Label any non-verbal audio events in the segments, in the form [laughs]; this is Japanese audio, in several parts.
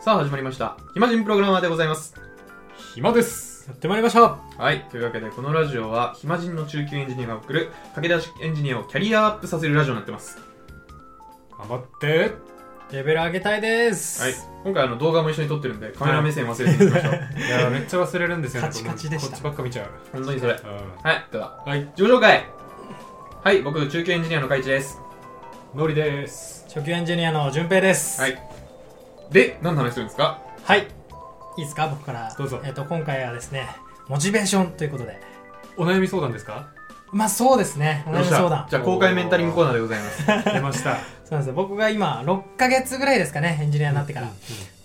さあ始まりました暇人プログラマーでございます暇ですやってまいりましたはいというわけでこのラジオは暇人の中級エンジニアが送る駆け出しエンジニアをキャリアアップさせるラジオになってます頑張ってレベル上げたいです。はい今回あの動画も一緒に撮ってるんでカメラ目線忘れずにいき [laughs] ましょう、いやーめっちゃ忘れるんですよねカチカチでしたこっちばっか見ちゃう本当にそれうはいではんはい自己紹介はい僕中級エンジニアの海地ですノリです初級エンジニアの順平です。はいで何の話するんですかはい。い、いですか僕から。どうぞえっ、と、今回はですね、モチベーションということで。お悩み相談ですかまあそうですね。お悩み相よっしゃ談。じゃあ公開メンタリングコーナーでございます出ましたそうなんですよ。僕が今、6ヶ月ぐらいですかね、エンジニアになってから。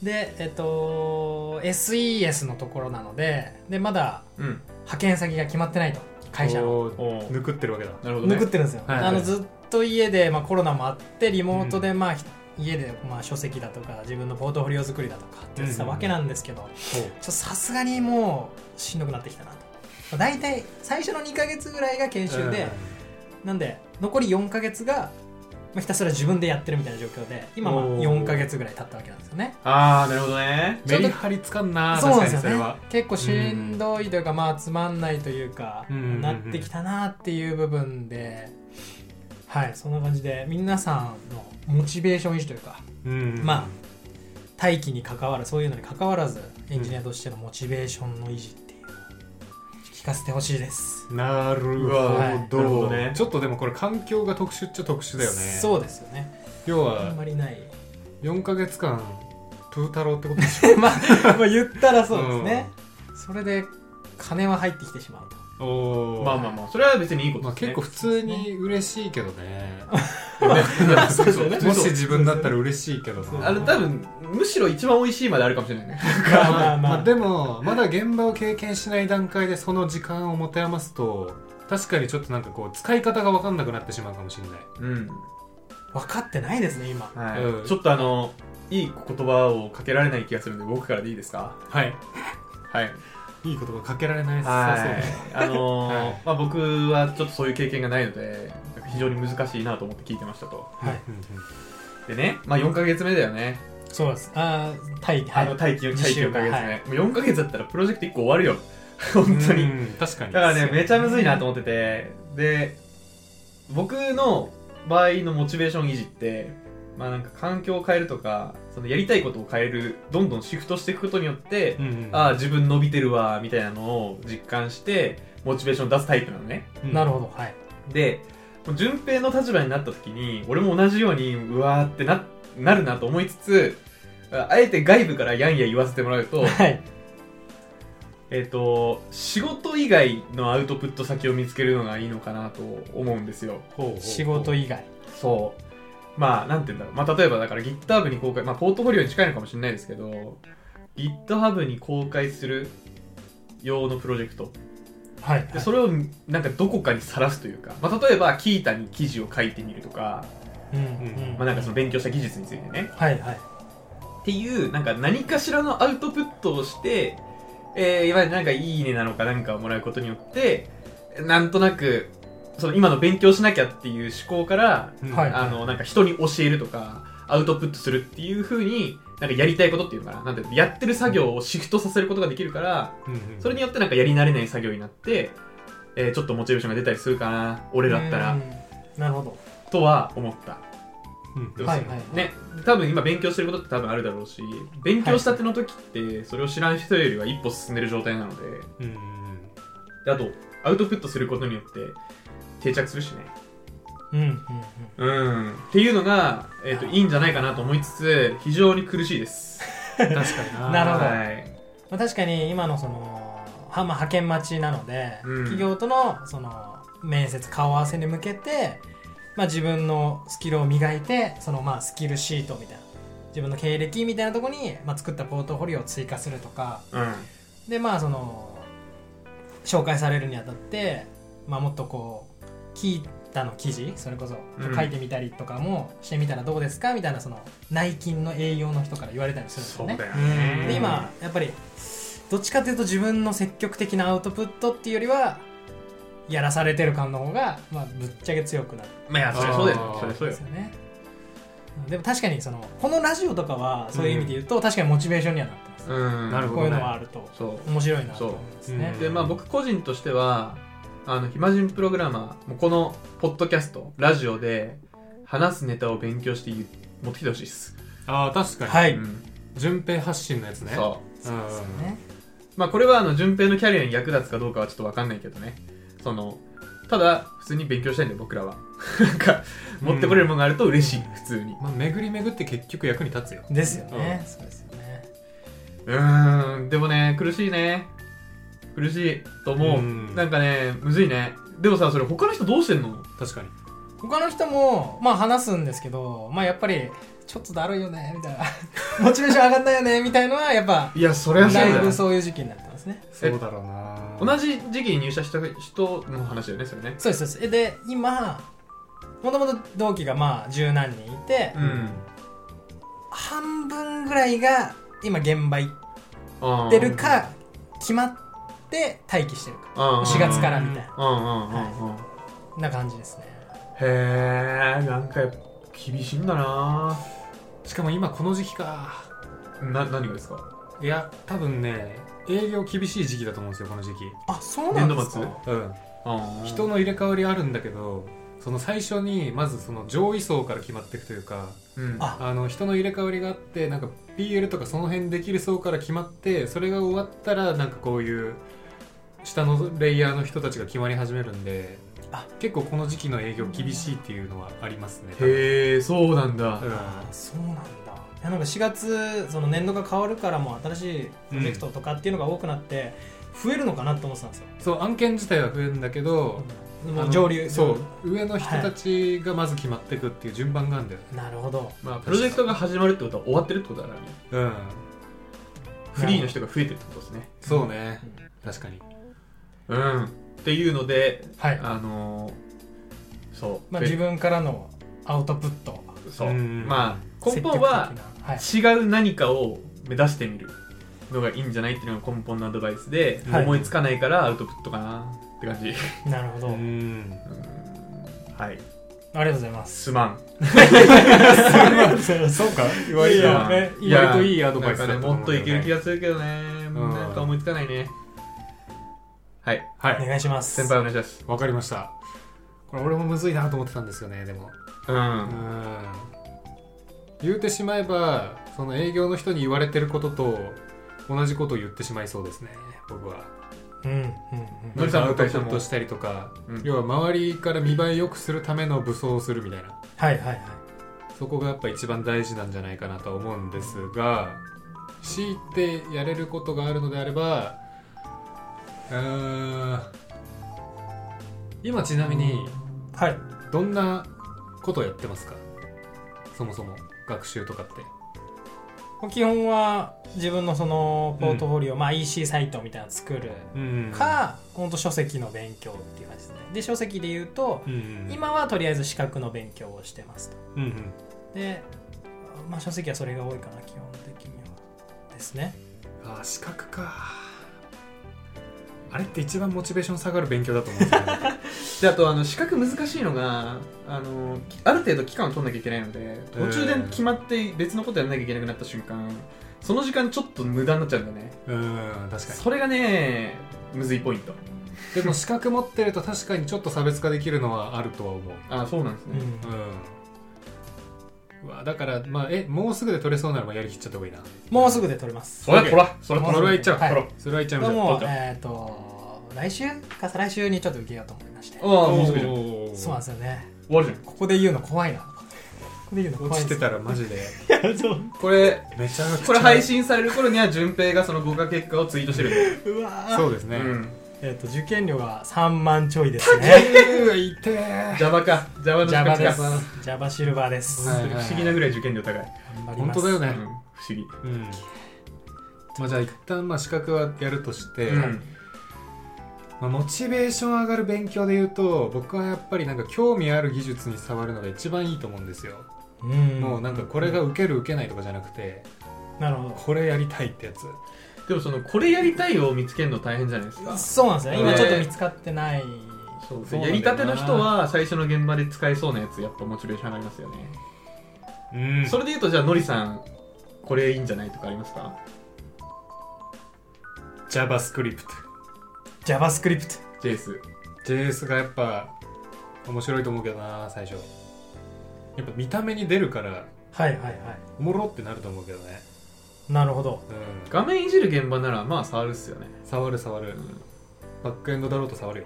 で、えっ、と、SES のところなので、で、まだうん派遣先が決まってないと。会社の。をおーぬくってるわけだなるほどね拭ってるんですよ。はいはいあの、ずっと家で、まあコロナもあって、リモートで、まあ、ひ家で、まあ、書籍だとか自分のポートフォリオ作りだとかってやってたわけなんですけど、ちょっとさすがにもうしんどくなってきたなとまあ大体最初の2ヶ月ぐらいが研修で、なんで残り4ヶ月が、まあ、ひたすら自分でやってるみたいな状況で今はおー4ヶ月ぐらい経ったわけなんですよねああなるほどねメリハリつかんなーそ確うなんかでにすそれよねは結構しんどいというか、まあつまんないというか、うんうんうんうんなってきたなっていう部分ではいそんな感じで皆さんのモチベーション維持というかうんまあ大気に関わるそういうのに関わらずエンジニアとしてのモチベーションの維持っていうのを聞かせてほしいです、なるほうわーど,、なるほどねちょっとでもこれ環境が特殊っちゃ特殊だよねそうですよね要あんはまりない [laughs] 4ヶ月間プー太郎ってことでしまあまあ言ったらそうですね、それで金は入ってきてしまうとょおーまあまあまあそれは別にいいことまあ、です結ね構普通に嬉しいけどね [laughs] そうですよねもし自分だったら嬉しいけどなあれ多分むしろ一番美味しいまであるかもしれないねまあままああまあ、まあでもまだ現場を経験しない段階でその時間を持て余すと確かにちょっとなんかこう使い方が分かんなくなってしまうかもしれないうん分かってないですね今はい、うんちょっとあのいい言葉をかけられない気がするんで僕からでいいですかはいはいいい言葉かけられないですはいあのーはいまあ、僕はちょっとそういう経験がないので非常に難しいなと思って聞いてましたとはいでね、まあ、4か月目だよね、そうですああ大気はあのい待機実待機習4がか月目、はいもう4か月だったらプロジェクト1個終わるよ [laughs] 本そうそう当に、うん確かにだからねそうめちゃむずいなと思っててで僕の場合のモチベーション維持ってまあなんか環境を変えるとかそのやりたいことを変えるどんどんシフトしていくことによって、うんうんああ自分伸びてるわみたいなのを実感してモチベーション出すタイプなのねうんなるほどはいで順平の立場になった時に俺も同じようにうわーってななるなと思いつつああえて外部からやんや言わせてもらうとはいえっと仕事以外のアウトプット先を見つけるのがいいのかなと思うんですよほうほうほう仕事以外そうまあなんて言うんだろう、まあ、例えばだから GitHub に公開、まあ、ポートフォリオに近いのかもしれないですけど GitHub に公開する用のプロジェクトはい、はいでそれをなんかどこかにさらすというか、まあ、例えばキータに記事を書いてみるとか、うんうんまあ、なんかその勉強した技術についてねはいはいっていうなんか何かしらのアウトプットをして、えーいわゆるなんかいいねなのかなんかをもらうことによってなんとなくその今の勉強しなきゃっていう思考から、うんはいあのなんか人に教えるとかアウトプットするっていうふうになんかやりたいことっていうのかななんていうのやってる作業をシフトさせることができるから、うんうんそれによってなんかやり慣れない作業になって、えーちょっとモチベーションが出たりするかな俺だったうらんなるほどとは思った、うんどうはすいるはいはいね多分今勉強してることって多分あるだろうし勉強したての時ってそれを知らん人よりは一歩進んでる状態なのでうんうんうんであとアウトプットすることによって定着するしねうんうんうんうんっていうのが、えー、といいんじゃないかなと思いつつ非常に苦しいです確か [laughs] になるほどはいまあ、確かに今のそのは、まあ、派遣待ちなので、うん企業とのその面接顔合わせに向けて、まあ、自分のスキルを磨いてそのまあスキルシートみたいな自分の経歴みたいなところに、まあ、作ったポートフォリオを追加するとかうんでまあその紹介されるにあたって、まあ、もっとこう聞いたの記事それこそうん書いてみたりとかもしてみたらどうですかみたいなその内勤の栄養の人から言われたりするんですそようね。だようんでね今やっぱりどっちかというと自分の積極的なアウトプットっていうよりはやらされてる感の方が、まあ、ぶっちゃけ強くなるんまあいやそれそうだよねそれそうでよすよねでも確かにそのこのラジオとかはそういう意味で言うと、確かにモチベーションにはなってます、うんなるほどこういうのはあるとそ面白いなと思いますねうどでまあ僕個人としてはあの暇人プログラマーもうこのポッドキャストラジオで話すネタを勉強して言う持ってきてほしいです、ああ確かに、はうい、ん、順平発信のやつねそうそうですよねまあこれはあの順平のキャリアに役立つかどうかはちょっとわかんないけどねそのただ普通に勉強したいんで僕らは [laughs] なんか持ってこれるものがあると嬉しい、うん普通にまあ、巡り巡って結局役に立つよですよね、そうですよねうーんでもね苦しいね苦しいと思う、うんなんかねむずいねでもさそれ他の人どうしてんの確かに他の人もまあ話すんですけどまあやっぱりちょっとだるいよねみたいな [laughs] モチベーション上がんないよねみたいのはやっぱいやそりゃそうだいだぶよそういう時期になってますねそうだろうな同じ時期に入社した人の話だよねそれねそうですそうですえで今もともと同期がまあ十何人いて、ううんん半分ぐらいが今現場行っあーてるか決まって待機してるかあー4月からみたいうんうんうんうんな感じですねへえなんかやっぱ厳しいんだなしかも今この時期かな何がですかいや多分ね営業厳しい時期だと思うんですよこの時期あそうなんです年か度うんうん人の入れ替わりあるんだけどその最初にまずその上位層から決まっていくというかうんああの人の入れ替わりがあってなんか PL とかその辺できる層から決まってそれが終わったらなんかこういう下のレイヤーの人たちが決まり始めるんであ結構この時期の営業厳しいっていうのはありますねへえそうなんだうんあそうなんだいやなんか4月その年度が変わるからもう新しいプロジェクトとかっていうのが多くなって増えるのかなと思ってたんですよ、そう案件自体は増えるんだけど、もうあの上流そう上の人たちがまず決まっていくっていう順番があるんだよね、なるほどまあプロジェクトが始まるってことは終わってるってことだからねうんフリーの人が増えてるってことですねそうね、うん確かにうんっていうのではい、あのーそう、まあ、で自分からのアウトプットそう、うんまあ根本は積極的なはい違う何かを目指してみるのがいいんじゃないっていうのが根本のアドバイスで、はい思いつかないからアウトプットかなって感じ、うん、なるほど、うあんはいりがとうございますすまんありがとうございますそうかいやすまんね意外といいアドバイスだなっんかねもたと思っうとけどねいける気がするけどねなんか思いつかないねはいはいお願いします先輩お願いしますわかりましたこれ俺もむずいなと思ってたんですよねでもうん、うん言うてしまえばその営業の人に言われてることと同じことを言ってしまいそうですね僕はうんうんうんのりさんアもウト会プ社もットしたりとか、うん要は周りから見栄え良くするための武装をするみたいなはいはいはいそこがやっぱ一番大事なんじゃないかなとは思うんですが強いてやれることがあるのであればうーん今ちなみにはいどんなことをやってますかそもそも学習とかって基本は自分のそのポートフォリオ、まあ EC サイトみたいなの作るうんか、ほんと書籍の勉強っていう感じですねで書籍で言うと、うん今はとりあえず資格の勉強をしてますとうんうんでまあ書籍はそれが多いかな基本的にはですねあー資格かあれって一番モチベーション下がる勉強だと思うんですよ [laughs] ねであとあの資格難しいのがあのきある程度期間を取んなきゃいけないので途中で決まって別のことやらなきゃいけなくなった瞬間その時間ちょっと無駄になっちゃうんだよねうん確かにそれがねむずいポイントでも資格持ってると確かにちょっと差別化できるのはあるとは思うあそうなんですうん、ね、うんうわだからまあえもうすぐで取れそうならまあやりきっちゃった方がいいなもうすぐで取れますそらそらそらもうそすそれぐらはいっちゃうはほらそれはいっちゃいまどしうょうもえっ、と来週か再来週にちょっと受けようと思いましてああもうすぐじゃんおーそうなんですよね終わるじゃんここで言うの怖いなここで言うの怖落いちてですたらマジでこれめちゃくちゃこれ配信される頃には順平がその合格結果をツイートしてるんで、うわーそうですね、うん、えっ、と受験料が3万ちょいですねうわ痛え Java か Java の資 Java 格でかす Java シルバーです、はい不思議なぐらい受験料高い、頑張り本ます当だようん、ね、不思議、うんまあ、じゃあ一旦まあ資格はやるとして、うんまあ、モチベーション上がる勉強で言うと僕はやっぱりなんか興味ある技術に触るのが一番いいと思うんですよ、うんもうなんかこれが受ける受けないとかじゃなくてなるほどこれやりたいってやつでもそのこれやりたいを見つけるの大変じゃないですかそうなんですよね今ちょっと見つかってない、そうですそねやうなんだよりなたての人は最初の現場で使えそうなやつやっぱモチベーション上がりますよねうんそれで言うとじゃあのりさんこれいいんじゃないとかありますか JavaScript JavaScript JS JS がやっぱ面白いと思うけどな最初やっぱ見た目に出るからはいはいはおもろってなると思うけどねいなるほどうん画面いじる現場ならまあ触るっすよね、触る触るバックエンドだろうと触るよ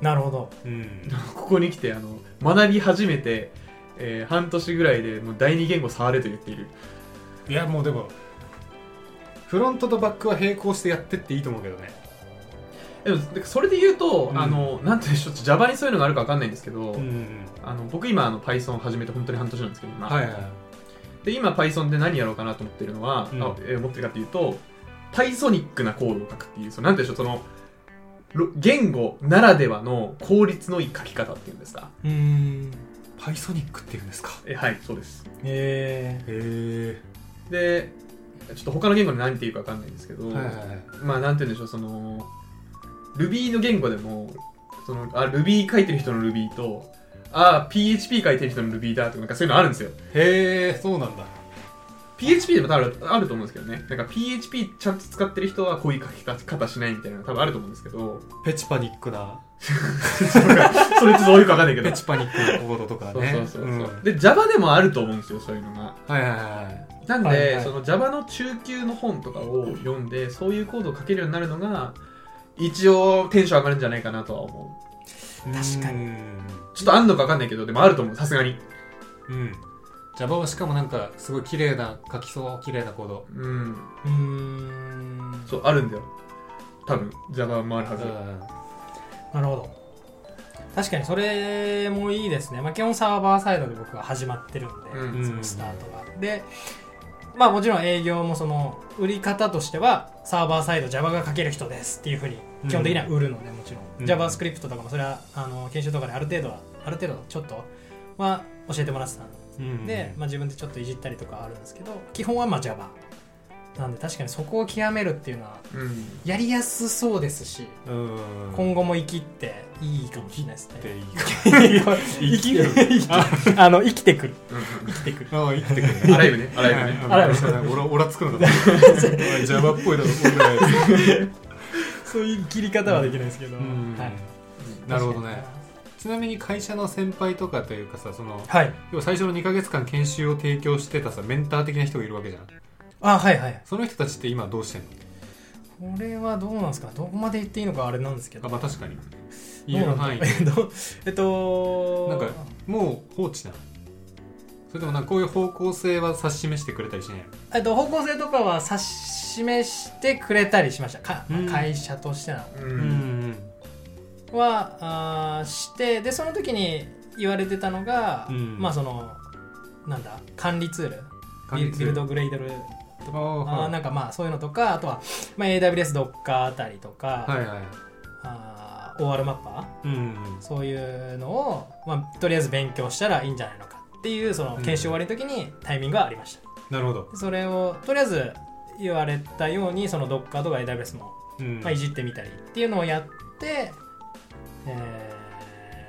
なるほどうんここに来てあの学び始めて、えー半年ぐらいでもう第二言語触れと言っている [laughs] いやもうでもフロントとバックは並行してやってっていいと思うけどねでもなんかそれで言うと、うんあのなんていうんでしょう Java にそういうのがあるかわかんないんですけど、んあの僕今あの Python を始めて本当に半年なんですけど、今はいはで今 Python で何やろうかなと思ってるのは、うんあえー思ってるかっていうと Pythonic なコードを書くっていうそのなんていうんでしょうそのろ言語ならではの効率のいい書き方っていうんですかうーんいパイソニックっていうんですかえはいそうですえへえでちょっと他の言語で何て言うかわかんないんですけど、はいはいはいまあなんて言うんでしょうその Ruby の言語でもそのあ Ruby 書いてる人の Ruby とあ PHP 書いてる人の Ruby だとかなんかそういうのあるんですよへえそうなんだ PHP でも多分あるあると思うんですけどねなんか PHP ちゃんと使ってる人はこういう書き方しないみたいなの多分あると思うんですけどペチパニック [laughs] なそれってどういうかわかんないけどペチパニックのコードとか [laughs] [laughs] そうねそうそうそう、んで Java でもあると思うんですよそういうのがはいはいはいなんで、はいはいその Java の中級の本とかを読んでそういうコードを書けるようになるのが一応テンション上がるんじゃないかなとは思う確かにちょっとあんのかわかんないけどでもあると思うさすがにうんうん Java はしかもなんかすごい綺麗な書きそう綺麗なコードうんー、うーんそうあるんだよ多分 Java もあるはず、なるほど確かにそれもいいですね、まあ、基本サーバーサイドで僕は始まってるんで、うんそのスタートがでまあもちろん営業もその売り方としてはサーバーサイド Java が書ける人ですっていうふうに基本的には売るので、もちろん、うん JavaScript とかもそれはあの研修とかである程度はある程度ちょっとは教えてもらってたんでうんで、まあ、自分でちょっといじったりとかはあるんですけど基本はまあ Java なんで確かにそこを極めるっていうのはうんやりやすそうですし、うん今後も生きっていいかもしれないですねっていい生きる生きてあの生きてくるうん生きてくるああ生きてくるあらゆるね [laughs] あらゆるねあらゆる俺は俺は作るの [laughs] かと思ったお前 Java っぽいだろ俺らやそういう切り方はできないですけど、うんはい、なるほどねちなみに会社の先輩とかというかさそのはい要は最初の2ヶ月間研修を提供してたさメンター的な人がいるわけじゃんあはいはいその人たちって今どうしてんのこれはどうなんですかどこまで言っていいのかあれなんですけあどまあ確かに言える範囲どうなんだろうえっとなんかもう放置なのそれともなんかこういう方向性は指し示してくれたりしないのえっと方向性とかは指し示してくれたりしましたか、まあうん会社としてなのううんはあーしてでその時に言われてたのが、うんまあそのなんだ管理ツールビルビルドグレイドルとかはあーいなんかまあそういうのとかあとは、まあ、AWS ドッカーあたりとか、はいはいあー OR マッパーうんそういうのを、まあ、とりあえず勉強したらいいんじゃないのかっていうそのうん研修終わりの時にタイミングがありました、なるほどでそれをとりあえず言われたようにその Docker とか AWS も、うんまあ、いじってみたりっていうのをやって、えー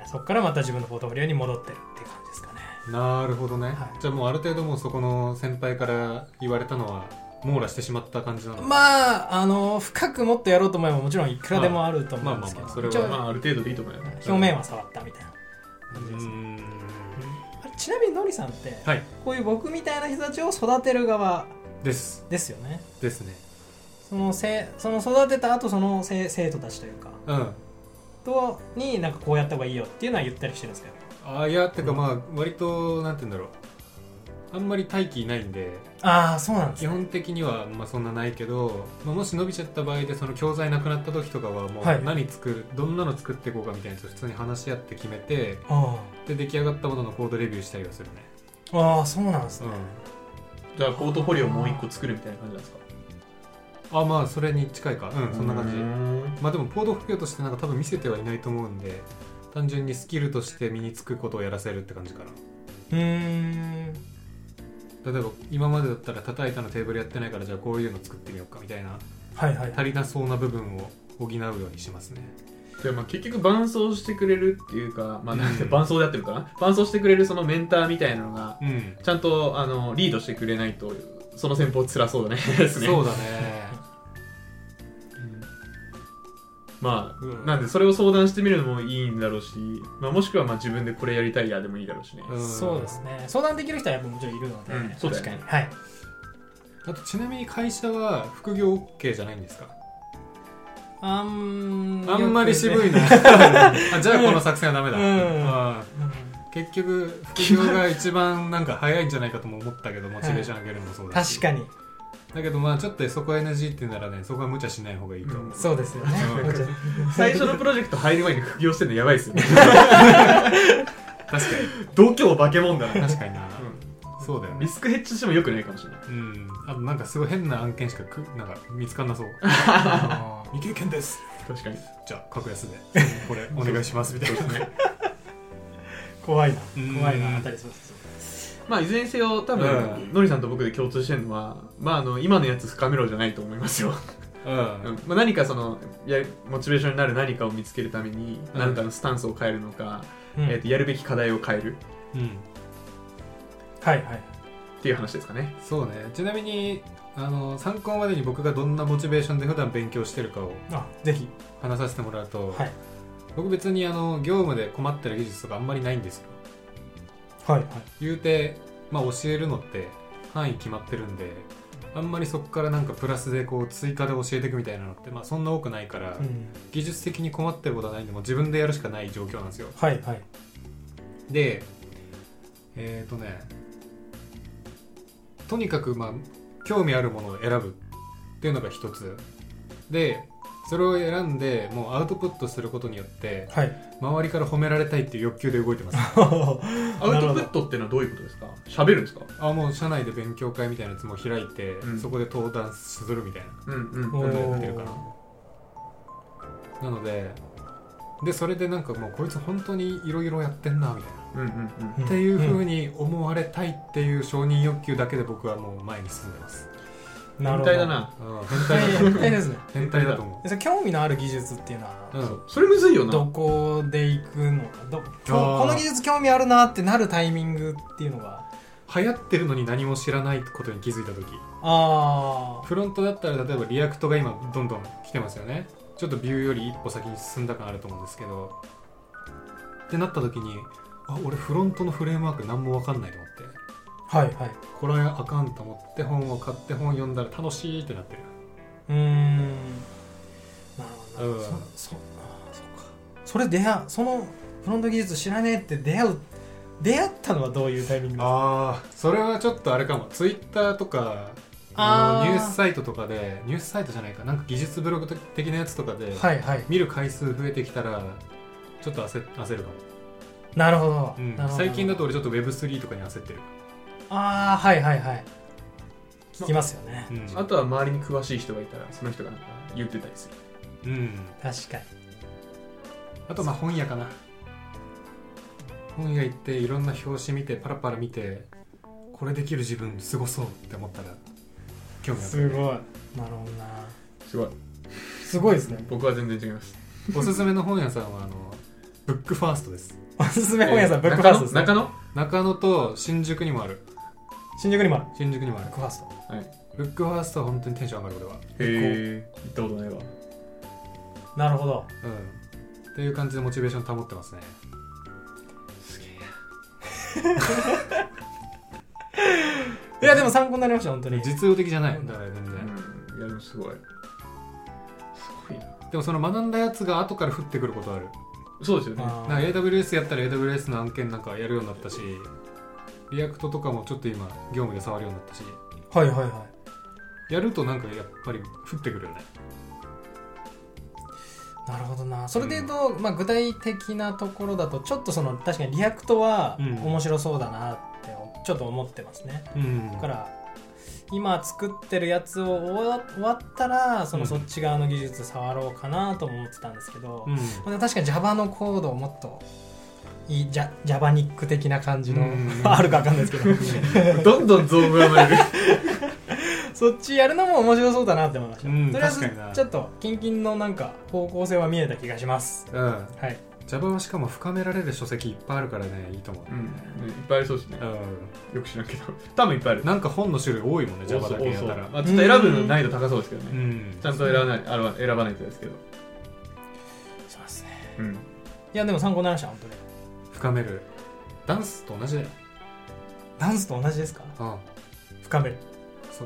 そこからまた自分のポートフォリオに戻ってるっていう感じですかねなるほどね、はいじゃあもうある程度もうそこの先輩から言われたのは網羅してしまった感じなのまああの深くもっとやろうと思えばもちろんいくらでもあると思うんですけど、まあまあまあ一それ応はまあある程度でいいと思うよね表面は触ったみたいな感じです、んあれちなみにのりさんって、はいこういう僕みたいな人たちを育てる側ですですよねですねそのせその育てた後そのせ生徒たちというかうんとになんかこうやった方がいいよっていうのは言ったりしてるんですけどああいやてかまあ割となんて言うんだろうあんまり待機いないんでああそうなんです基ね本的にはまあそんなないけど、まあ、もし伸びちゃった場合でその教材なくなった時とかはもうはい何作る、どんなの作っていこうかみたいなやつを普通に話し合って決めてあで出来上がったもののコードレビューしたりはするねーあーそうなんですね、うじゃあポートフォリオもう一個作るみたいな感じなんですかんあまあそれに近いかうんそんな感じじまあでもポード副業としてなんか多分見せてはいないと思うんで単純にスキルとして身につくことをやらせるって感じかなうー例んえば今までだったら叩いたのテーブルやってないからじゃあこういうの作ってみようかみたいなはいはい足りなそうな部分を補うようにしますねでまあ結局伴奏してくれるっていうか、まあ、なんて伴奏でやってるかな、伴奏してくれるそのメンターみたいなのがうんちゃんとあのリードしてくれないとその戦法辛そうだねですねそうだねまあ、うんなんでそれを相談してみるのもいいんだろうし、まあ、もしくはまあ自分でこれやりたいやでもいいだろうしね、んそうですね相談できる人はやっぱもちろんいるので、うんそうだよ確かねにはいあとちなみに会社は副業 OK じゃないんですかあんあんまり渋いな [laughs] あじゃあこの作戦はダメだ、うんあー結局副業が一番なんか早いんじゃないかとも思ったけどモチベーション上げるのもそうだし確かにだけどまあちょっとそこは NG っていうならねそこは無茶しない方がいいと思う、そうですよねうん最初のプロジェクト入る前に副業してるのやばいですよ [laughs] ね確か度胸化け物だ [laughs] にな、確かにな、そうだようんねリスクヘッジしてもよくないかもしれないうんあとなんかすごい変な案件しかくなんか見つかん [laughs] なそうあー未経験です確かにじゃあ格安でこれお願いしますみたいなね怖いなうん怖いな当たりそうですまあいずれにせよ多分、うんのりさんと僕で共通してるのは、まあ、あの今のやつ深めろじゃないと思いますよ、うんうんまあ、何かそのやモチベーションになる何かを見つけるためにうん何かのスタンスを変えるのか、うんえー、とやるべき課題を変えるうんはいはいっていう話ですかねそうねちなみにあの参考までに僕がどんなモチベーションで普段勉強してるかをあぜひ話させてもらうと、はい僕別にあの業務で困ってる技術とかあんまりないんですよはいはい言うて、まあ、教えるのって範囲決まってるんであんまりそこからなんかプラスでこう追加で教えていくみたいなのって、まあ、そんな多くないから、うん技術的に困ってることはないんでもう自分でやるしかない状況なんですよはいはいでえっ、ー、とねとにかくまあ興味あるものを選ぶっていうのが一つでそれを選んでもうアウトプットすることによってはい [laughs] 周りから褒められたいっていう欲求で動いてますアウトプットっていうのはどういうことですか喋るんですかあもう社内で勉強会みたいなやつも開いて、うんそこで登壇するみたいうんうおんなこーとやってるかななのででそれでなんかもうこいつ本当にいろいろやってんなみたいなうんうんうんっていうふうに思われたいっていう承認欲求だけで僕はもう前に進んでます、うんうんな変るほど態だなうん、変い態やだいやと [laughs] 変態ですね変態だと思でそれ興味のある技術っていうのはう、うん、それむずいよなどこで行くのかどこあーこの技術興味あるなってなるタイミングっていうのが流行ってるのに何も知らないことに気づいた時あフロントだったら例えばリアクトが今どんどん来てますよねちょっとビューより一歩先に進んだ感あると思うんですけどってなった時にあ俺フロントのフレームワーク何も分かんないと思ってあはいはいこれはあかんと思って本を買って本読んだら楽しいってなってるうーんなるほどな、うんそそあーそうかそれ出会うそのフロント技術知らねえって出会う出会ったのはどういうタイミングですかああそれはちょっとあれかもツイッターとかあーあのニュースサイトとかでニュースサイトじゃないかなんか技術ブログ的なやつとかで、はいはい見る回数増えてきたらちょっと焦焦るかも、なるほど,、うんなるほど最近だと俺ちょっと Web3 とかに焦ってる、ああはいはいはい聞きますよね、うんあとは周りに詳しい人がいたらその人がなんか言ってたりするうん確かにあとまあ本屋かな本屋行っていろんな表紙見てパラパラ見てこれできる自分すごそうって思ったら興味あるすごいなるほどなすごいすごいですね僕は全然違いますおすすめの本屋さんはあのブックファーストですおすすめ本屋さん、ブックファーストです、ね、中野中中野と新宿にもある新宿にもある新宿にもあるブックファースト野はいブックファーストは本当にテンション上がる俺へはえ行ったことないわなるほどうんっていう感じでモチベーション保ってますねすげえいやでも参考になりました本当に実用的じゃないだから全う然、んいやでもすごいすごいなでもその学んだやつが後から降ってくることあるそうですよねあなんーか AWS やったら AWS の案件なんかやるようになったしリアクトとかもちょっと今業務で触るようになったしはいはいはやるとなんかやっぱり降ってくるよねいなるほどなそれで言うと、まあ、具体的なところだとちょっとその確かにリアクトはうん面白そうだなってちょっと思ってますね、うんだから今作ってるやつを終わ終わったらそのうんそっち側の技術触ろうかなとも思ってたんですけど、うんまあでも確かに Java のコードをもっといいジャ Java ニック的な感じの、 [laughs] うんあるかわかんないですけどどんどん造語が生まれるそっちやるのも面白そうだなって思いました、うんとりあえず確かになちょっと近々のなんか方向性は見えた気がしますうんはい Java はしかも深められる書籍いっぱいあるからねいいと思ううん、いっぱいありそうですね。うよく知らんけど。多分いっぱいあるん。なんか本の種類多いもんね Java だけやった多らそうあちょっと選ぶの難易度高そうですけどうね。んちゃんと選ばない、あの選ばないとですけど。そうですねうん。いやでも参考になりました本当に深めるダンスと同じだよダンスと同じですかうん深めるそ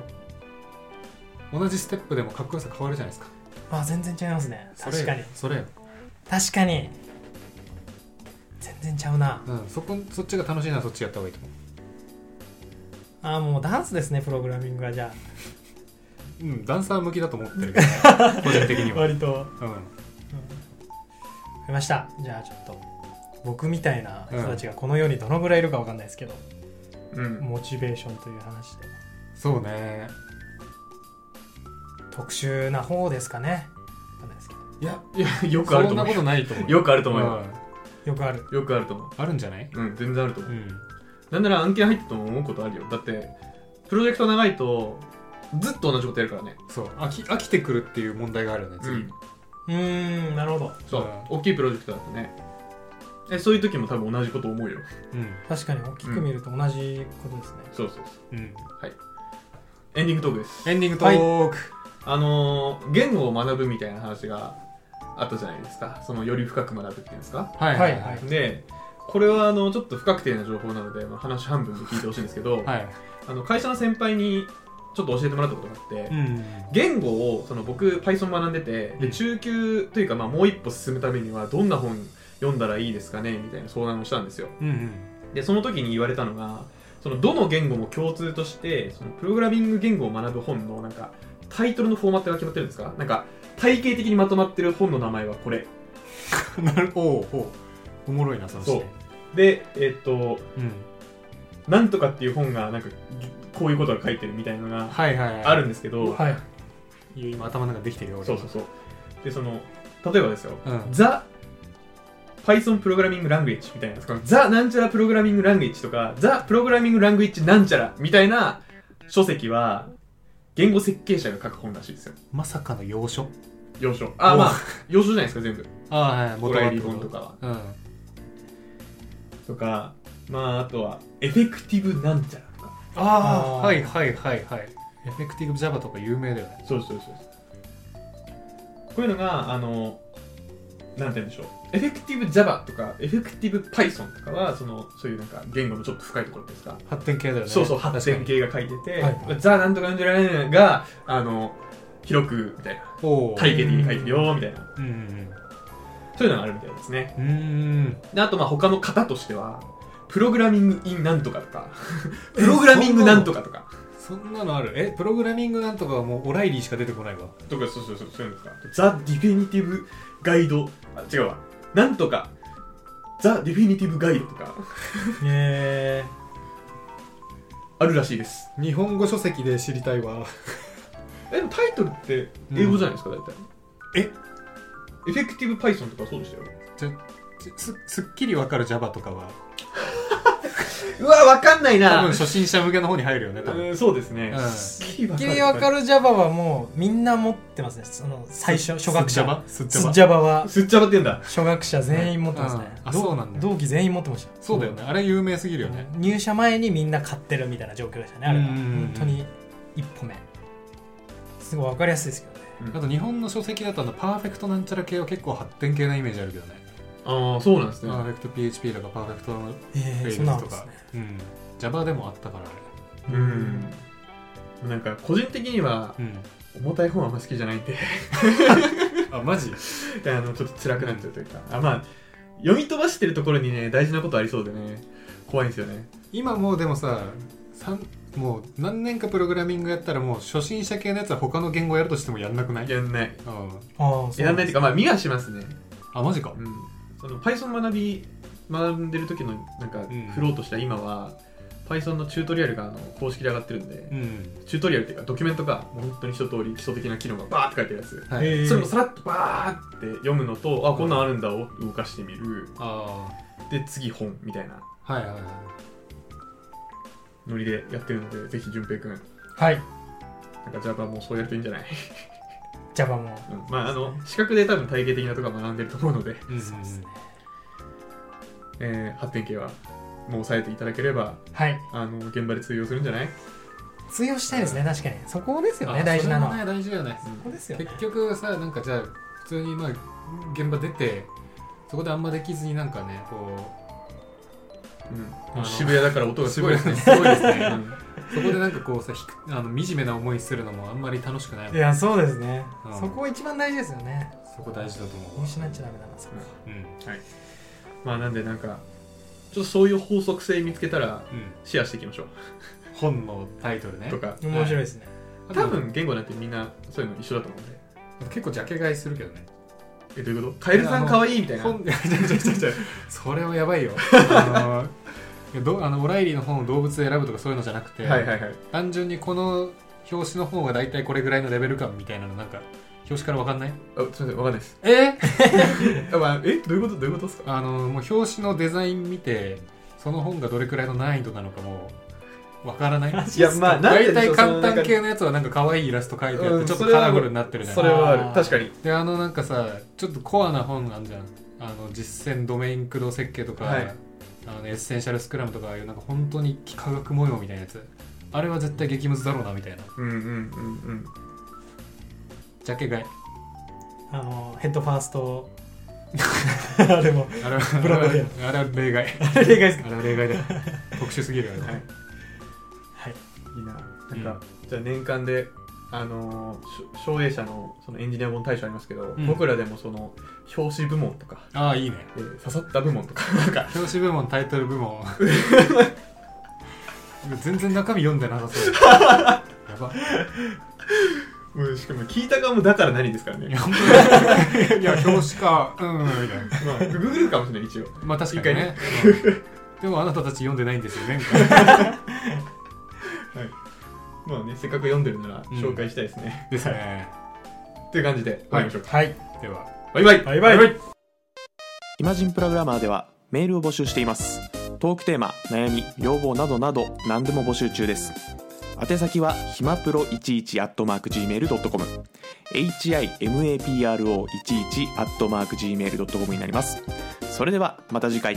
う同じステップでもかっこよさ変わるじゃないですかあ全然違いますねそれ確かにそれよ確かに全然ちゃうなうん、そこそっちが楽しいならそっちやった方がいいと思あーもうダンスですねプログラミングはじゃううんダンサー向きだと思っ [laughs] てるけど個人的にあは、割とわかうりましたじゃあちょっと僕みたいな人たちがこの世にどのぐらいいるかわかんないですけど、うん。モチベーションという話でん、そうね特殊な方ですかねわかんないですけどいやいや、よくあるそとんな思ことないと思うう。よくあると思うよ。よくあるよくあると思う。うんあるんじゃないうん、全然あると思うう。んなんなら案件入ってても思うことあるよ。だって、プロジェクト長いと、ずっと同じことやるからね。そう飽き飽きてくるっていう問題があるよね次、うんうーんなるほどそう、う大きいプロジェクトだとね。え、そういう時も多分同じこと思うよ。うん確かに大きく見ると同じことですね、そうそうそう。うん、エンディングトークです。エンディングトーク、あのー、言語を学ぶみたいな話があったじゃないですか。その、より深く学ぶっていうんですか。はいはいはいで、これはあの、ちょっと不確定な情報なので、まあ話半分で聞いてほしいんですけど、はい、あの会社の先輩にちょっと教えてもらったことがあって、うん言語をその僕 Python 学んでてうでん中級というかまあもう一歩進むためにはどんな本読んだらいいですかねみたいな相談をしたんですようんうんでその時に言われたのがそのどの言語も共通としてそのプログラミング言語を学ぶ本のなんかタイトルのフォーマットが決まってるんですかなんか体系的にまとまってる本の名前はこれなるおうおうおもろいなその視点でえっとうんなんとかっていう本がなんかこういうことが書いてるみたいなのがはいはいはいあるんですけど、はいいや今頭の中できてるよ俺そうそうそうでその例えばですよう、ん、ザ Python プログラミングラングエッジみたいな、ザなんちゃらプログラミングラングエッジとか、ザプログラミングラングエッジなんちゃらみたいな書籍は、言語設計者が書く本らしいですよ。まさかの要所要所。あ、おまあ、要所じゃないですか、全部。ああはいボ元ラはリ本とかは。うんとか、まあ、あとは、エフェクティブなんちゃらとか。あああーはいはいはいはいエフェクティブ Java とか有名だよねそうそうそうそう。こういうのが、あの、なんて言うんでしょう。エフェクティブ Java とか、エフェクティブ Python とかは、その、そういうなんか言語のちょっと深いところですか。発展系だよねそうそう、確かに発展系が書いてて、はいはザ・なんとかなんじゃらないが、あの、広く、みたいな、おお体系的に書いてるよ、みたいな、うんそういうのがあるみたいですね。うんうんうーんであと、まあ、他の型としては、プログラミング・イン・なんとかと [laughs] か、プログラミング・なんとかとか、そんなのあるえプログラミングなんとかはもうオライリーしか出てこないわとか、そうそうそう、そういうのとか、ザ・ディフィニティブ・ガイド、あ、違うわ、なんとか、ザ・ディフィニティブ・ガイドとか、えーあるらしいです。日本語書籍で知りたいわえ、でもタイトルって英語じゃないですか、大体。えエフェクティブ・パイソンとかそうでしたよ。ちすすっきりわかる Java とかはうわ、わかんない多分初心者向けの方に入るよね多分うんそうですねうんきっきりわかる。る Java はもうみんな持ってますねその最初初学者すっ Java すっス Java ッ Java はすっちゃばってんだ。初学者全員持ってますね、うんあそうなんだ同期全員持ってましたそうだよねあれ有名すぎるよね入社前にみんな買ってるみたいな状況でしたねあれはうんうんうん本当に一歩目すごい分かりやすいですけどねあと日本の書籍だとあのパーフェクトなんちゃら系は結構発展系なイメージあるけどねああ、そうなんですパね。ーフェクト PHP とかパーフェクトフえェイー、そルうズなんとですかね、うん、Java でもあったからあうん。なんか、個人的には、れ、重たい本はあんま好きじゃないんで、 [laughs] あマジあの、ちょっと辛くなっちゃうというか。あ、まあ、読み飛ばしてるところにね、大事なことありそうでね、怖いんですよね。今もうでもささんもう何年かプログラミングやったらもう初心者系のやつは他の言語やるとしてもやんなくないやんない。うんああそうやんないっていうかか、まあ、見はしますね。あマジかうん。その、Python 学び、学んでる時の、なんかん、フローとした今は、Python のチュートリアルが、あの、公式で上がってるんでう、んチュートリアルっていうか、ドキュメントが、もう本当に一通り基礎的な機能がバーって書いてあるやつ。はい、えーそれもさらっとバーって読むのと、あ、こんなんあるんだを動かしてみる。あで、次本みたいなあはいはいはいノリでやってるので、ぜひ、淳平くん、はいなんか Java もそうやるといいんじゃない、 Java もうんまああの資格で多分体系的なとか学んでると思うので、うんうんそうですねえー発展系はもう押さえていただければはいあの現場で通用するんじゃない通用したいですね確かにそこですよねあ大事なのそはれもね大事だよねそこですよね結局さなんかじゃあ普通にまあ現場出てそこであんまできずになんかねこうん、あの渋谷だから音うがすごいですね。すごいですね、 [laughs] ううんんそこでなんかこうさひくあの惨めな思いするのもあんまり楽しくないもいんやそうですね、うんそこ一番大事ですよねそこ大事だと思う見失っちゃダメだなそこはうんうんまあなんでなんかちょっとそういう法則性見つけたらシェアしていきましょ本のタイトルねうとか面白いですね、多分言語なんてみんなそういうの一緒だと思うんで結構ジャケ買いするけどねえどういうことカエルさんかわいいみたいな本ちょちょちょちょそれはやばいよ [laughs] あのいやどあのオライリーの本を動物で選ぶとかそういうのじゃなくて、はいはいはい単純にこの表紙の方が大体これぐらいのレベル感みたいなのなんか表紙から分かんないあすみませんわかんないですえあ、まあ、えどういうことどういうことですかあのもう表紙のデザイン見てその本がどれくらいの難易度なのかもう分から [laughs] ないいやまあなんて言大うんでし体ょう簡単系のやつはなんか可愛いイラスト描いてあっうてんちょっそとれカはラフルになってるじゃそんれはああーる確かにであのなんかさちょっとコアな本あんじゃんあの実践ドメイン駆動設計とか、はいあのエッセンシャルスクラムとかああいうなんか本当に幾何学模様みたいなやつあれは絶対激ムズだろうなみたいなうんうんうんジャケ買い [laughs] あのヘッドファースト [laughs] あれもあれはブランドだよあれは [laughs] 例外あれがいいですかあれは例外だよ特殊すぎるようんね、はいはいいいななんか、じゃあ年間であのーしょ奨励者のそのエンジニア本大賞ありますけど、ん僕らでもその表紙部門とか、ああいいねえー刺さった部門とかなんか表紙部門タイトル部門全然中身読んでなさそう [laughs] やば [laughs] うんしかも聞いた側もだから何ですからいねや本当にいや表紙かうんみたいなまあググるかもしれない一応まあ確かにね。うんでもあなたたち読んでないんですよね。みたいなまあねせっかく読んでるならうん紹介したいですね、 [laughs] ですね。っていう感じで終わりましょうか、はいでは。バイバイバイバイイマジンプラグラマーではメールを募集していますトークテーマ悩み要望などなど何でも募集中です宛先はひまプロ11 at mark gmail.com himapro11 at mark gmail.com になりますそれではまた次回